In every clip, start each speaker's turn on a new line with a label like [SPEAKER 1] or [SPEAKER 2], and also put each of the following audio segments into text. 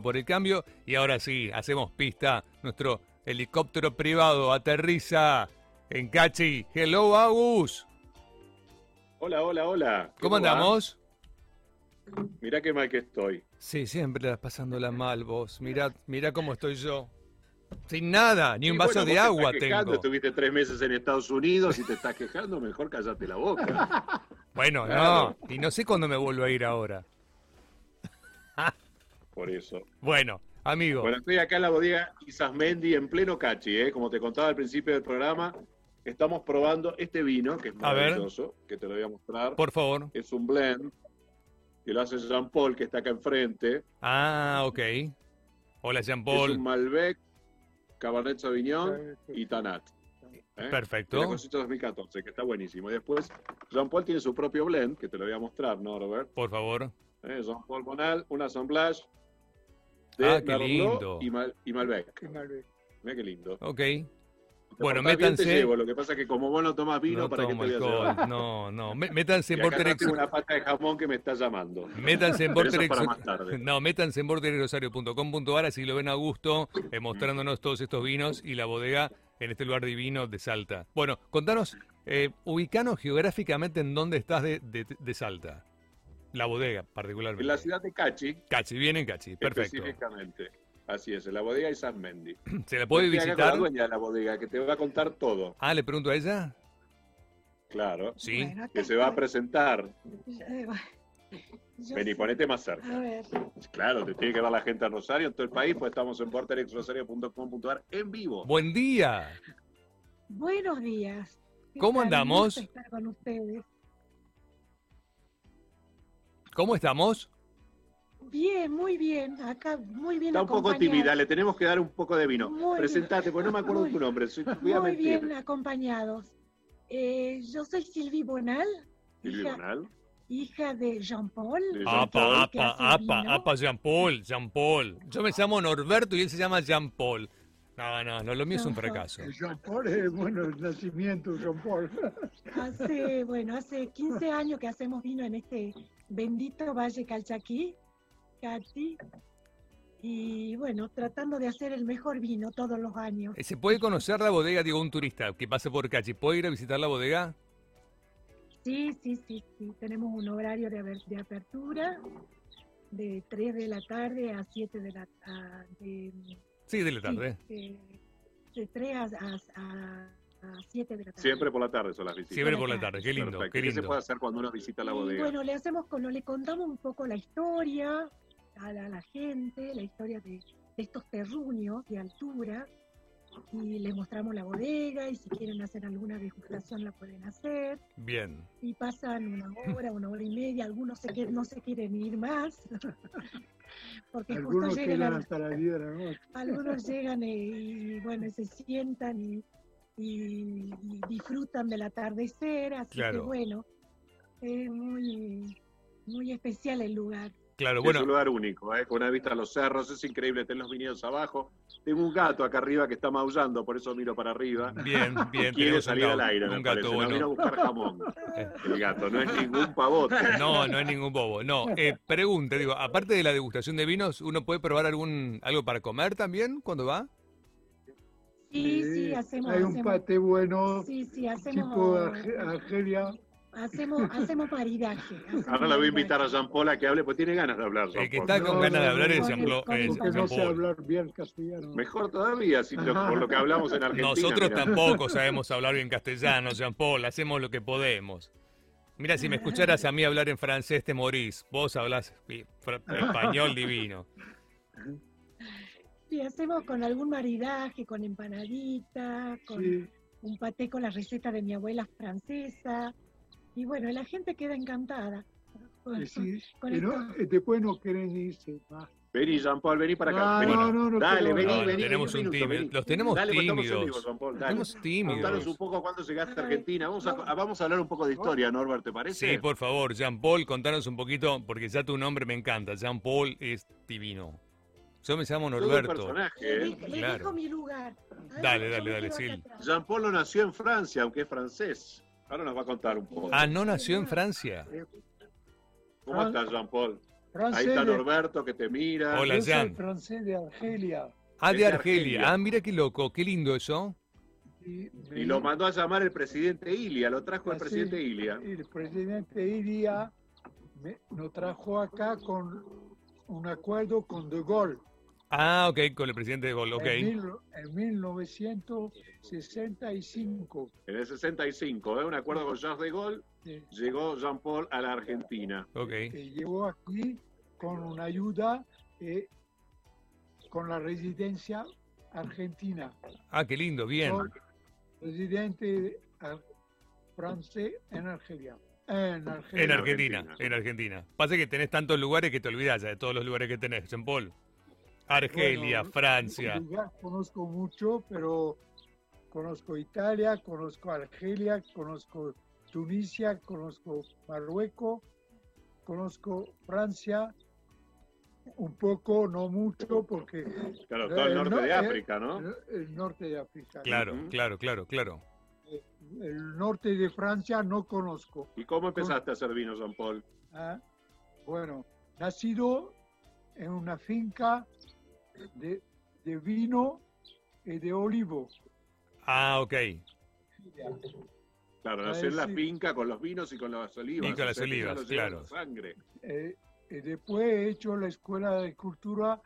[SPEAKER 1] por el cambio. Y ahora sí, hacemos pista. Nuestro helicóptero privado aterriza en Cachi. Hello, Agus.
[SPEAKER 2] Hola, hola, hola.
[SPEAKER 1] ¿Cómo
[SPEAKER 2] va?
[SPEAKER 1] andamos?
[SPEAKER 2] Mirá qué mal que estoy.
[SPEAKER 1] Sí, siempre estás pasándola mal vos. Mirá, mirá cómo estoy yo. Sin nada, ni un
[SPEAKER 2] Y
[SPEAKER 1] vaso
[SPEAKER 2] bueno,
[SPEAKER 1] de
[SPEAKER 2] vos te
[SPEAKER 1] agua
[SPEAKER 2] estás quejando,
[SPEAKER 1] tengo.
[SPEAKER 2] Estuviste tres meses en Estados Unidos y te estás quejando, mejor cállate la boca.
[SPEAKER 1] Bueno, no.
[SPEAKER 2] Claro.
[SPEAKER 1] Y no sé cuándo me vuelvo a ir ahora.
[SPEAKER 2] Por eso.
[SPEAKER 1] Bueno, amigo.
[SPEAKER 2] Bueno, estoy acá en la bodega Isasmendi en pleno cachi, ¿eh? como te contaba al principio del programa. Estamos probando este vino, que es
[SPEAKER 1] A ver.
[SPEAKER 2] maravilloso, que te lo voy a mostrar.
[SPEAKER 1] Por favor.
[SPEAKER 2] Es un blend que lo hace Jean Paul, que está acá enfrente.
[SPEAKER 1] Ah, ok. Hola, Jean
[SPEAKER 2] Es un
[SPEAKER 1] Paul.
[SPEAKER 2] Malbec, Cabernet Sauvignon y Tanat. ¿eh?
[SPEAKER 1] Perfecto.
[SPEAKER 2] La cosita 2014, que está buenísimo. Y después, Jean Paul tiene su propio blend, que te lo voy a mostrar, Norbert.
[SPEAKER 1] Por favor.
[SPEAKER 2] ¿eh? Jean Paul Bonal, un assemblage de
[SPEAKER 1] Ah, qué
[SPEAKER 2] Merlot
[SPEAKER 1] lindo.
[SPEAKER 2] Y, Mal- y Malbec. Mira qué lindo.
[SPEAKER 1] Ok.
[SPEAKER 2] Te
[SPEAKER 1] Bueno,
[SPEAKER 2] portás bien, te
[SPEAKER 1] métanse.
[SPEAKER 2] llevo. Lo que pasa es que como vos no tomás vino,
[SPEAKER 1] no
[SPEAKER 2] ¿para qué te
[SPEAKER 1] tomo
[SPEAKER 2] voy a
[SPEAKER 1] alcohol.
[SPEAKER 2] llevar?
[SPEAKER 1] No, no. Mé- Métanse
[SPEAKER 2] Y
[SPEAKER 1] en
[SPEAKER 2] acá
[SPEAKER 1] Border
[SPEAKER 2] tengo
[SPEAKER 1] Ex-
[SPEAKER 2] una pata de jamón que me está llamando.
[SPEAKER 1] Métanse en
[SPEAKER 2] Pero eso es para
[SPEAKER 1] Vorterexo-
[SPEAKER 2] más tarde.
[SPEAKER 1] No, métanse en vorterexrosario.com.ar así lo ven a gusto, eh, mostrándonos todos estos vinos y la bodega en este lugar divino de Salta. Bueno, contanos, eh, ubicanos geográficamente en dónde estás de, de- de Salta. La bodega, particularmente.
[SPEAKER 2] En la ciudad de Cachi,
[SPEAKER 1] Cachi, bien en Cachi, perfecto.
[SPEAKER 2] específicamente. Así es, en la bodega Isasmendi.
[SPEAKER 1] ¿Se la puede
[SPEAKER 2] Estoy acá con
[SPEAKER 1] visitar?
[SPEAKER 2] la dueña de la bodega, que te va a contar todo.
[SPEAKER 1] Ah, le pregunto a ella.
[SPEAKER 2] Claro.
[SPEAKER 1] Sí.
[SPEAKER 3] Bueno,
[SPEAKER 2] Que se va a
[SPEAKER 3] acá
[SPEAKER 2] presentar.
[SPEAKER 3] estoy. Eh, bueno, yo
[SPEAKER 2] Vení,
[SPEAKER 3] sé-
[SPEAKER 2] ponete más cerca.
[SPEAKER 3] A ver,
[SPEAKER 2] Claro, te tiene que ver la gente a Rosario, en todo el país, pues estamos en vorterexrosario.com.ar en vivo.
[SPEAKER 1] Buen día.
[SPEAKER 3] buenos días. ¿Qué
[SPEAKER 1] ¿Cómo
[SPEAKER 3] tal? Un
[SPEAKER 1] andamos?
[SPEAKER 3] gusto estar con ustedes.
[SPEAKER 1] ¿Cómo estamos?
[SPEAKER 3] Bien, muy bien. Acá muy bien
[SPEAKER 2] Está un poco
[SPEAKER 3] acompañada.
[SPEAKER 2] tímida, le tenemos que dar un poco de vino.
[SPEAKER 3] Muy bien.
[SPEAKER 2] Presentate, pues no me acuerdo
[SPEAKER 3] Muy-
[SPEAKER 2] tu nombre, soy, voy a
[SPEAKER 3] Muy
[SPEAKER 2] mentir.
[SPEAKER 3] bien acompañados. Eh, yo soy Silvi Bonal,
[SPEAKER 2] Silvi
[SPEAKER 3] hija,
[SPEAKER 2] Bonal,
[SPEAKER 3] hija de Jean-Paul.
[SPEAKER 2] de Jean Paul.
[SPEAKER 1] Apa,
[SPEAKER 3] que hace
[SPEAKER 1] apa, apa,
[SPEAKER 3] vino.
[SPEAKER 1] apa, Jean Paul, Jean Paul. Yo me llamo Norberto y él se llama Jean Paul. No, no, no, lo mío es un
[SPEAKER 3] Ajá.
[SPEAKER 1] fracaso.
[SPEAKER 4] Jean Paul es bueno el nacimiento, de Jean Paul.
[SPEAKER 3] Hace, bueno, hace 15 años que hacemos vino en este bendito Valle Calchaquí, Cati. Y bueno, tratando de hacer el mejor vino todos los años.
[SPEAKER 1] Eh, ¿Se puede conocer la bodega, digo, un turista que pase por Cachi? ¿Puede ir a visitar la bodega?
[SPEAKER 3] Sí, sí, sí, sí. Tenemos un horario de, aper- de apertura de 3 de la tarde a 7 de la tarde.
[SPEAKER 1] Sí, de la
[SPEAKER 3] Sí,
[SPEAKER 1] tarde. ¿eh?
[SPEAKER 3] de, de 3 a, a- a 7 de la tarde.
[SPEAKER 2] Siempre por la tarde son las visitas.
[SPEAKER 1] Siempre
[SPEAKER 3] por
[SPEAKER 1] por la
[SPEAKER 3] acá.
[SPEAKER 1] tarde, qué lindo,
[SPEAKER 2] Perfecto.
[SPEAKER 1] qué
[SPEAKER 2] ¿Qué se puede
[SPEAKER 1] lindo.
[SPEAKER 2] hacer cuando uno visita la
[SPEAKER 3] Y,
[SPEAKER 2] bodega?
[SPEAKER 3] bueno, le hacemos con, le contamos un poco la historia a la, a la gente, la historia de, de estos terruños de altura y les mostramos la bodega y si quieren hacer alguna degustación la pueden hacer
[SPEAKER 1] Bien.
[SPEAKER 3] y pasan una hora, una hora y media, algunos se que- no se quieren ir más porque
[SPEAKER 4] Algunos
[SPEAKER 3] justo llegan
[SPEAKER 4] quedan
[SPEAKER 3] a,
[SPEAKER 4] hasta las 10 de la noche.
[SPEAKER 3] algunos llegan eh, y, bueno, se sientan y, y- y disfrutan del atardecer, así
[SPEAKER 1] Claro.
[SPEAKER 3] que bueno, es muy, muy especial el lugar.
[SPEAKER 1] Claro,
[SPEAKER 2] Es un
[SPEAKER 1] bueno,
[SPEAKER 2] lugar único, ¿eh? con una vista a los cerros, es increíble, tener los viñedos abajo. Tengo un gato acá arriba que está maullando, por eso miro para arriba.
[SPEAKER 1] bien, bien.
[SPEAKER 2] Quiere
[SPEAKER 1] tenemos
[SPEAKER 2] salir
[SPEAKER 1] un
[SPEAKER 2] al
[SPEAKER 1] gato,
[SPEAKER 2] aire, me
[SPEAKER 1] Un gato
[SPEAKER 2] parece. No vino
[SPEAKER 1] bueno.
[SPEAKER 2] a buscar jamón.
[SPEAKER 1] Eh,
[SPEAKER 2] El gato, no es ningún pavote.
[SPEAKER 1] No, no es ningún bobo. No, eh, pregunta, digo, aparte de la degustación de vinos, ¿uno puede probar algún algo para comer también cuando va?
[SPEAKER 3] Sí, sí, hacemos,
[SPEAKER 4] Hay un
[SPEAKER 3] hacemos-
[SPEAKER 4] pate bueno,
[SPEAKER 3] sí, sí,
[SPEAKER 4] tipo
[SPEAKER 3] hacemos,
[SPEAKER 4] Arge- Argelia.
[SPEAKER 3] hacemos, hacemos maridaje.
[SPEAKER 2] Ahora la voy a invitar a Jean Paul a que hable, pues tiene ganas de hablar. Jean
[SPEAKER 1] El que
[SPEAKER 2] Paul.
[SPEAKER 1] está con
[SPEAKER 4] No,
[SPEAKER 1] ganas de
[SPEAKER 4] no,
[SPEAKER 1] hablar es
[SPEAKER 3] no,
[SPEAKER 1] Jean Paul.
[SPEAKER 3] porque
[SPEAKER 1] eh,
[SPEAKER 4] Porque
[SPEAKER 1] Jean
[SPEAKER 4] no sé
[SPEAKER 1] Paul.
[SPEAKER 4] hablar bien castellano.
[SPEAKER 2] Mejor todavía, si lo- por lo que hablamos en Argentina.
[SPEAKER 1] Nosotros
[SPEAKER 2] mirá.
[SPEAKER 1] tampoco sabemos hablar bien castellano, Jean Paul, hacemos lo que podemos. Mira, si me escucharas a mí hablar en francés, te morís. Vos hablás eh, fra- español divino.
[SPEAKER 3] Sí, hacemos con algún maridaje, con empanadita, con
[SPEAKER 4] Sí,
[SPEAKER 3] un paté con la receta de mi abuela francesa. Y bueno, la gente queda encantada.
[SPEAKER 4] y sí,
[SPEAKER 3] Con
[SPEAKER 4] y no-
[SPEAKER 3] esto-
[SPEAKER 4] y después no quieren irse más.
[SPEAKER 2] Vení, Jean Paul, vení para acá.
[SPEAKER 4] Ah,
[SPEAKER 2] vení.
[SPEAKER 4] no, no, no
[SPEAKER 2] dale,
[SPEAKER 4] quiero
[SPEAKER 2] vení,
[SPEAKER 1] No,
[SPEAKER 4] hablar.
[SPEAKER 2] vení.
[SPEAKER 1] tenemos
[SPEAKER 2] vení
[SPEAKER 1] un
[SPEAKER 2] minuto,
[SPEAKER 1] tímidos.
[SPEAKER 2] vení.
[SPEAKER 1] Los tenemos
[SPEAKER 2] Dale, pues estamos en
[SPEAKER 1] tímidos.
[SPEAKER 2] vivo, Jean Paul, dale.
[SPEAKER 1] Estamos
[SPEAKER 2] Contanos un
[SPEAKER 1] tímidos.
[SPEAKER 2] poco cuándo llegaste a
[SPEAKER 3] Ay,
[SPEAKER 2] Argentina. Vamos a, ah,
[SPEAKER 3] no.
[SPEAKER 2] vamos a hablar un poco de historia, Norbert, ¿te parece?
[SPEAKER 1] Sí, por favor, Jean Paul, contanos un poquito, porque ya tu nombre me encanta. Jean Paul es divino. Yo me llamo
[SPEAKER 2] Todo un
[SPEAKER 1] Norberto.
[SPEAKER 3] Le,
[SPEAKER 2] personaje, ¿eh?
[SPEAKER 3] di- le
[SPEAKER 1] claro.
[SPEAKER 3] dijo mi lugar.
[SPEAKER 1] Dale,
[SPEAKER 3] Ay, yo
[SPEAKER 1] dale,
[SPEAKER 3] me
[SPEAKER 1] dale,
[SPEAKER 3] quedo acá
[SPEAKER 1] Sil.
[SPEAKER 3] atrás.
[SPEAKER 2] Jean Paul no nació en Francia, aunque es francés. Ahora nos va a contar un poco.
[SPEAKER 1] Ah, no nació en Francia.
[SPEAKER 2] ¿Cómo estás, Jean Paul? Ahí
[SPEAKER 4] Francés
[SPEAKER 2] está
[SPEAKER 4] de-
[SPEAKER 2] Norberto que te mira.
[SPEAKER 1] Hola,
[SPEAKER 4] yo soy
[SPEAKER 1] Jan.
[SPEAKER 4] francés de Argelia.
[SPEAKER 1] Ah, de
[SPEAKER 2] Es de
[SPEAKER 1] Argelia.
[SPEAKER 2] Argelia.
[SPEAKER 1] Ah, mira qué loco, qué lindo eso.
[SPEAKER 4] Y, me-
[SPEAKER 2] Y lo mandó a llamar el presidente Ilia, lo trajo el
[SPEAKER 4] Así,
[SPEAKER 2] presidente Ilia.
[SPEAKER 4] El presidente Ilia me- nos trajo acá con un acuerdo con De Gaulle.
[SPEAKER 1] Ah, ok, con el presidente de Gol, ok.
[SPEAKER 4] En, mil- en 1965.
[SPEAKER 2] En el 65, ¿eh? un acuerdo con Charles de Gaulle,
[SPEAKER 4] eh,
[SPEAKER 2] llegó Jean Paul a la Argentina.
[SPEAKER 1] Ok.
[SPEAKER 4] que llegó aquí con una ayuda eh, con la residencia argentina.
[SPEAKER 1] Ah, qué lindo, bien.
[SPEAKER 4] Soy residente ar- francés en Argelia. En Argelia.
[SPEAKER 1] En
[SPEAKER 2] En
[SPEAKER 1] Argentina,
[SPEAKER 2] Argentina.
[SPEAKER 1] en Argentina. Pasa que tenés tantos lugares que te olvidás ya de todos los lugares que tenés, Jean Paul. Argelia,
[SPEAKER 4] Bueno,
[SPEAKER 1] Francia.
[SPEAKER 4] lugar conozco mucho, pero conozco Italia, conozco Argelia, conozco Tunisia, conozco Marruecos, conozco Francia, un poco, no mucho, porque
[SPEAKER 2] Claro, todo el
[SPEAKER 4] Eh,
[SPEAKER 2] norte
[SPEAKER 4] no,
[SPEAKER 2] de
[SPEAKER 4] eh,
[SPEAKER 2] África, ¿no?
[SPEAKER 4] el, el norte de África.
[SPEAKER 1] Claro,
[SPEAKER 2] Ujú.
[SPEAKER 1] claro, claro, claro.
[SPEAKER 4] El norte de Francia no conozco.
[SPEAKER 2] ¿Y cómo empezaste a hacer vino, Jean Paul?
[SPEAKER 4] ¿ah? Bueno, nacido en una finca de, de vino y de olivo.
[SPEAKER 1] Ah, ok.
[SPEAKER 2] Claro,
[SPEAKER 4] Ah,
[SPEAKER 2] nació en la
[SPEAKER 4] sí.
[SPEAKER 2] finca con los vinos y con las olivas.
[SPEAKER 1] Y con
[SPEAKER 2] o
[SPEAKER 1] las
[SPEAKER 2] sea, que ya
[SPEAKER 1] olivas,
[SPEAKER 2] lo llevan en
[SPEAKER 1] claro.
[SPEAKER 2] Sangre.
[SPEAKER 4] Eh, y después he hecho la escuela de cultura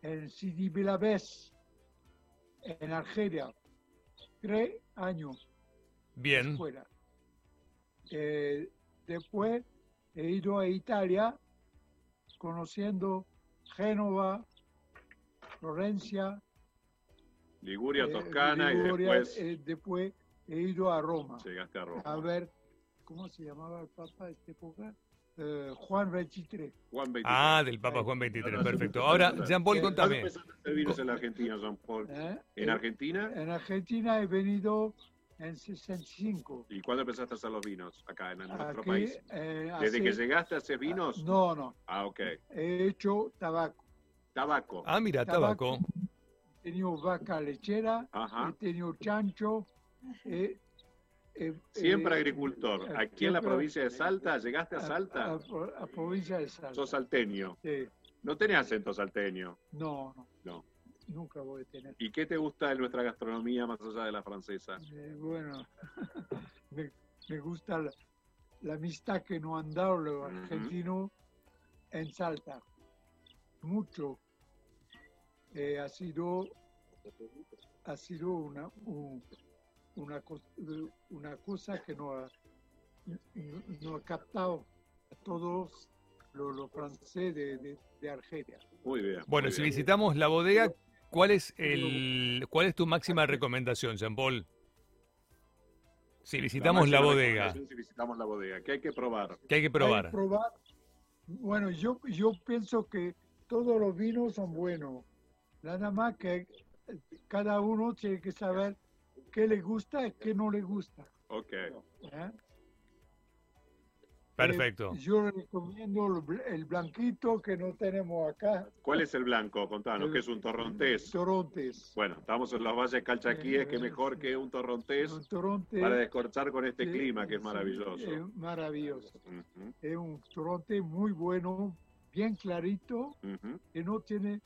[SPEAKER 4] en Sidi Bel Abbès, en Argelia. Tres años de
[SPEAKER 1] Bien.
[SPEAKER 4] escuela. Eh, después he ido a Italia conociendo Génova, Florencia,
[SPEAKER 2] Liguria,
[SPEAKER 4] eh,
[SPEAKER 2] Toscana
[SPEAKER 4] Liguria,
[SPEAKER 2] y después
[SPEAKER 4] eh, después he ido a Roma
[SPEAKER 2] llegaste a Roma.
[SPEAKER 4] a ver cómo se llamaba el Papa de esta época. Eh, Juan 23.
[SPEAKER 2] Juan 23.
[SPEAKER 1] Ah, del Papa
[SPEAKER 4] Ahí.
[SPEAKER 1] Juan
[SPEAKER 2] No,
[SPEAKER 1] 23,
[SPEAKER 2] no,
[SPEAKER 1] perfecto.
[SPEAKER 2] sí,
[SPEAKER 1] Ahora,
[SPEAKER 2] sí, sí.
[SPEAKER 1] Jean Paul,
[SPEAKER 4] Eh,
[SPEAKER 2] ¿Cuándo
[SPEAKER 1] contame.
[SPEAKER 2] empezaste a hacer vinos en la Argentina, Jean Paul?
[SPEAKER 4] ¿eh?
[SPEAKER 2] ¿En
[SPEAKER 4] Eh,
[SPEAKER 2] Argentina?
[SPEAKER 4] En Argentina he venido en 65.
[SPEAKER 2] ¿Y cuándo empezaste a hacer los vinos acá en nuestro
[SPEAKER 4] Aquí,
[SPEAKER 2] país? ¿Desde
[SPEAKER 4] eh, hace-
[SPEAKER 2] que llegaste a hacer vinos?
[SPEAKER 4] No, no.
[SPEAKER 2] Ah, ok.
[SPEAKER 4] He hecho tabaco.
[SPEAKER 2] Tabaco.
[SPEAKER 1] Ah, mira, tabaco.
[SPEAKER 4] He tenido vaca lechera, he
[SPEAKER 2] Ajá.
[SPEAKER 4] tenido chancho. he- he-
[SPEAKER 2] Siempre
[SPEAKER 4] he-
[SPEAKER 2] agricultor.
[SPEAKER 4] eh,
[SPEAKER 2] Aquí en la
[SPEAKER 4] siempre- eh,
[SPEAKER 2] provincia de Salta, ¿llegaste a
[SPEAKER 4] A,
[SPEAKER 2] Salta?
[SPEAKER 4] a- a provincia de Salta.
[SPEAKER 2] Sos salteño.
[SPEAKER 4] Sí.
[SPEAKER 2] No tenés acento salteño.
[SPEAKER 4] No, no.
[SPEAKER 2] No.
[SPEAKER 4] Nunca voy a tener.
[SPEAKER 2] ¿Y qué te gusta de nuestra gastronomía más allá de la francesa?
[SPEAKER 4] Eh, bueno, me, me gusta la, la amistad que nos han dado los
[SPEAKER 2] Ujú.
[SPEAKER 4] argentinos en Salta. Mucho. Eh, ha sido, ha sido una, un- una, cos- una cosa que nos ha, nos ha captado a todos los, los franceses de, de- de Argelia.
[SPEAKER 2] Muy bien.
[SPEAKER 1] Bueno,
[SPEAKER 2] muy
[SPEAKER 1] si
[SPEAKER 2] bien.
[SPEAKER 1] visitamos la bodega, ¿cuál es el cuál es tu máxima recomendación, Jean Paul? Si visitamos la
[SPEAKER 2] máxima
[SPEAKER 1] bodega,
[SPEAKER 2] recomendación Si visitamos la bodega, ¿qué hay que probar?
[SPEAKER 1] ¿qué hay que
[SPEAKER 4] Hay
[SPEAKER 1] probar?
[SPEAKER 4] que probar. Bueno, yo, yo pienso que todos los vinos son buenos. Nada más que eh, cada uno tiene que saber qué le gusta y qué no le gusta.
[SPEAKER 2] Ok.
[SPEAKER 4] ¿eh?
[SPEAKER 1] Perfecto.
[SPEAKER 4] Eh, yo recomiendo el, bl- el blanquito que no tenemos acá,
[SPEAKER 2] ¿Cuál es el blanco? Contanos, ¿qué Ah, es un torrontés?
[SPEAKER 4] Torontes.
[SPEAKER 2] Bueno, estamos en los valles calchaquíes, que mejor que un torrontés
[SPEAKER 4] Un Torontes
[SPEAKER 2] Pues, para descorchar con este
[SPEAKER 4] eh,
[SPEAKER 2] clima que es
[SPEAKER 4] sí,
[SPEAKER 2] maravilloso.
[SPEAKER 4] eh, maravilloso.
[SPEAKER 2] Ujú,
[SPEAKER 4] Es un Toronte muy bueno, bien clarito.
[SPEAKER 2] ujú.
[SPEAKER 4] que no tiene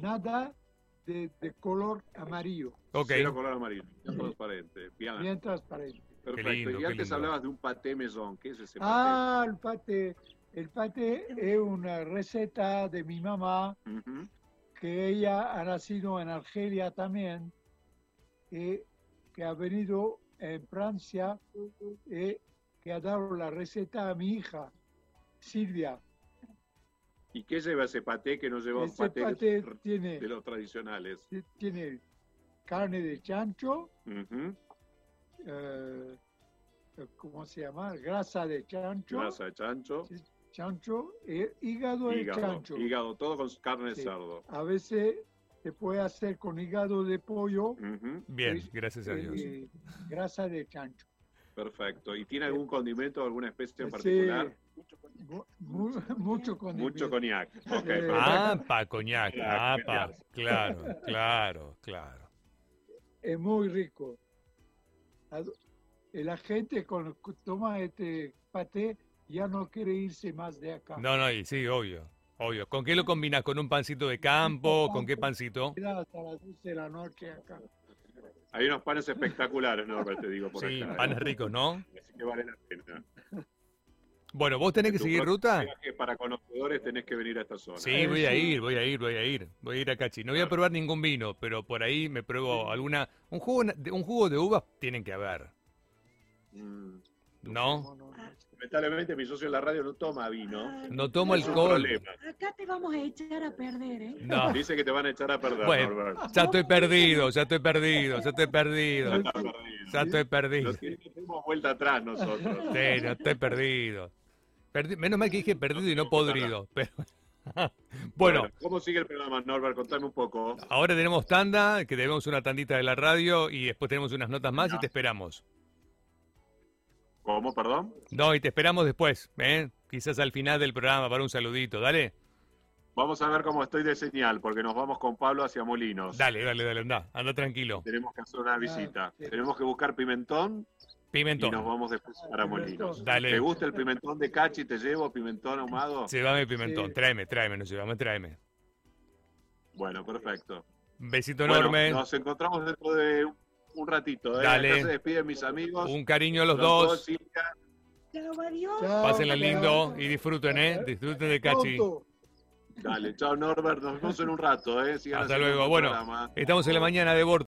[SPEAKER 4] nada de, de color amarillo,
[SPEAKER 1] Ok.
[SPEAKER 2] Cero color amarillo, transparente. Bien,
[SPEAKER 4] bien transparente.
[SPEAKER 2] perfecto.
[SPEAKER 1] lindo,
[SPEAKER 2] y
[SPEAKER 1] qué
[SPEAKER 2] antes
[SPEAKER 1] lindo.
[SPEAKER 2] hablabas de un paté mesón. ¿Qué es ese paté?
[SPEAKER 4] Ah, el pate. El pate es una receta de mi mamá,
[SPEAKER 2] Ujú.
[SPEAKER 4] que ella ha nacido en Argelia también, y que ha venido en Francia, y que ha dado la receta a mi hija, Silvia.
[SPEAKER 2] ¿Y qué lleva ese paté que no lleva un
[SPEAKER 4] Ese
[SPEAKER 2] paté,
[SPEAKER 4] pate
[SPEAKER 2] de
[SPEAKER 4] tiene,
[SPEAKER 2] los tradicionales?
[SPEAKER 4] tiene carne de chancho,
[SPEAKER 2] Ujú.
[SPEAKER 4] eh, ¿cómo se llama? Grasa de chancho,
[SPEAKER 2] Grasa de chancho,
[SPEAKER 4] chancho, eh, hígado de
[SPEAKER 2] hígado,
[SPEAKER 4] chancho.
[SPEAKER 2] hígado, todo con carne de
[SPEAKER 4] Sí.
[SPEAKER 2] cerdo.
[SPEAKER 4] A veces se puede hacer con hígado de pollo,
[SPEAKER 2] Ujú.
[SPEAKER 1] Bien,
[SPEAKER 4] Sí,
[SPEAKER 1] gracias a Dios.
[SPEAKER 4] eh, grasa de chancho.
[SPEAKER 2] Perfecto. ¿Y tiene algún condimento o alguna especie en
[SPEAKER 4] Sí,
[SPEAKER 2] particular?
[SPEAKER 4] mu- mu- mucho con
[SPEAKER 2] Mucho coñac. Ok,
[SPEAKER 4] Eh,
[SPEAKER 2] perfecto.
[SPEAKER 1] Ah, pa coñac, ah,
[SPEAKER 2] Claro,
[SPEAKER 1] pa. Claro, claro, claro.
[SPEAKER 4] Es muy rico. Ad- y La gente cuando cu- toma este paté ya no quiere irse más de acá.
[SPEAKER 1] No, no, y sí, obvio. Obvio. ¿Con qué lo combinas? ¿Con un pancito de campo? ¿Con qué pancito?
[SPEAKER 4] Queda hasta las 12 de la noche acá.
[SPEAKER 2] Hay unos panes espectaculares, Norbert, te digo por
[SPEAKER 1] Sí,
[SPEAKER 2] acá. ¿eh?
[SPEAKER 1] panes ricos, ¿no?
[SPEAKER 2] Así que vale la pena.
[SPEAKER 1] Bueno, ¿vos tenés que
[SPEAKER 2] Tu
[SPEAKER 1] seguir
[SPEAKER 2] próximo
[SPEAKER 1] ruta?
[SPEAKER 2] viaje Para conocedores tenés que venir a esta zona.
[SPEAKER 1] Ah. Sí,
[SPEAKER 2] ¿eh?
[SPEAKER 1] voy a ir, voy a ir, voy a ir. Voy a ir a Cachi. No voy a
[SPEAKER 2] Claro.
[SPEAKER 1] probar ningún vino, pero por ahí me pruebo alguna. Un jugo, de- un jugo de uvas tienen que haber,
[SPEAKER 2] Mm,
[SPEAKER 1] ¿no?
[SPEAKER 4] No, no, no.
[SPEAKER 2] Lamentablemente mi socio en la radio no toma vino.
[SPEAKER 1] No tomo
[SPEAKER 2] Es un
[SPEAKER 1] Ah, alcohol.
[SPEAKER 2] problema.
[SPEAKER 3] Acá te vamos a echar a perder, ¿eh?
[SPEAKER 1] No.
[SPEAKER 2] Dice que te van a echar a perder,
[SPEAKER 1] Bueno.
[SPEAKER 2] Norbert.
[SPEAKER 1] Ya estoy perdido, ya estoy perdido, ya estoy
[SPEAKER 2] Ya
[SPEAKER 1] perdido.
[SPEAKER 2] está perdido.
[SPEAKER 1] Ya estoy perdido.
[SPEAKER 2] No tenemos vuelta atrás nosotros.
[SPEAKER 1] Sí, no estoy perdido. Perdi- Menos mal que dije perdido y no podrido. Pero... Bueno,
[SPEAKER 2] ¿Cómo sigue el programa, Norbert? Contame un poco.
[SPEAKER 1] ahora tenemos tanda, que debemos una tandita de la radio y después tenemos unas notas más y te esperamos.
[SPEAKER 2] ¿Cómo, perdón?
[SPEAKER 1] No, y te esperamos después, ¿eh? Quizás al final del programa para un saludito, dale.
[SPEAKER 2] Vamos a ver cómo estoy de señal, porque nos vamos con Pablo hacia Molinos.
[SPEAKER 1] Dale, dale, dale, anda, anda tranquilo.
[SPEAKER 2] Tenemos que hacer una visita.
[SPEAKER 4] sí.
[SPEAKER 2] Tenemos que buscar pimentón, y nos
[SPEAKER 1] Pimentón,
[SPEAKER 2] vamos después para Molinos.
[SPEAKER 1] Dale.
[SPEAKER 2] ¿Te gusta el pimentón de Cachi? ¿Te llevo pimentón ahumado?
[SPEAKER 1] llévame pimentón,
[SPEAKER 4] Sí.
[SPEAKER 1] tráeme, tráeme, nos llevamos, tráeme.
[SPEAKER 2] Bueno, perfecto.
[SPEAKER 1] Un besito
[SPEAKER 2] Bueno,
[SPEAKER 1] enorme,
[SPEAKER 2] nos encontramos dentro de un- un ratito. ¿eh?
[SPEAKER 1] Dale.
[SPEAKER 2] Acá se despiden mis amigos.
[SPEAKER 1] un cariño a los
[SPEAKER 2] Los dos,
[SPEAKER 1] dos,
[SPEAKER 2] Silvia.
[SPEAKER 3] Chao, adiós.
[SPEAKER 4] Chao,
[SPEAKER 1] pásenla
[SPEAKER 4] hasta
[SPEAKER 1] lindo y disfruten, ¿eh? Disfruten de Cachi.
[SPEAKER 4] pronto.
[SPEAKER 2] Dale, chao Norbert. Nos vemos en un rato. ¿eh? Sigan
[SPEAKER 1] Hasta
[SPEAKER 2] haciendo
[SPEAKER 1] luego.
[SPEAKER 2] un
[SPEAKER 1] Bueno,
[SPEAKER 2] programa.
[SPEAKER 1] Estamos en la mañana de Borto.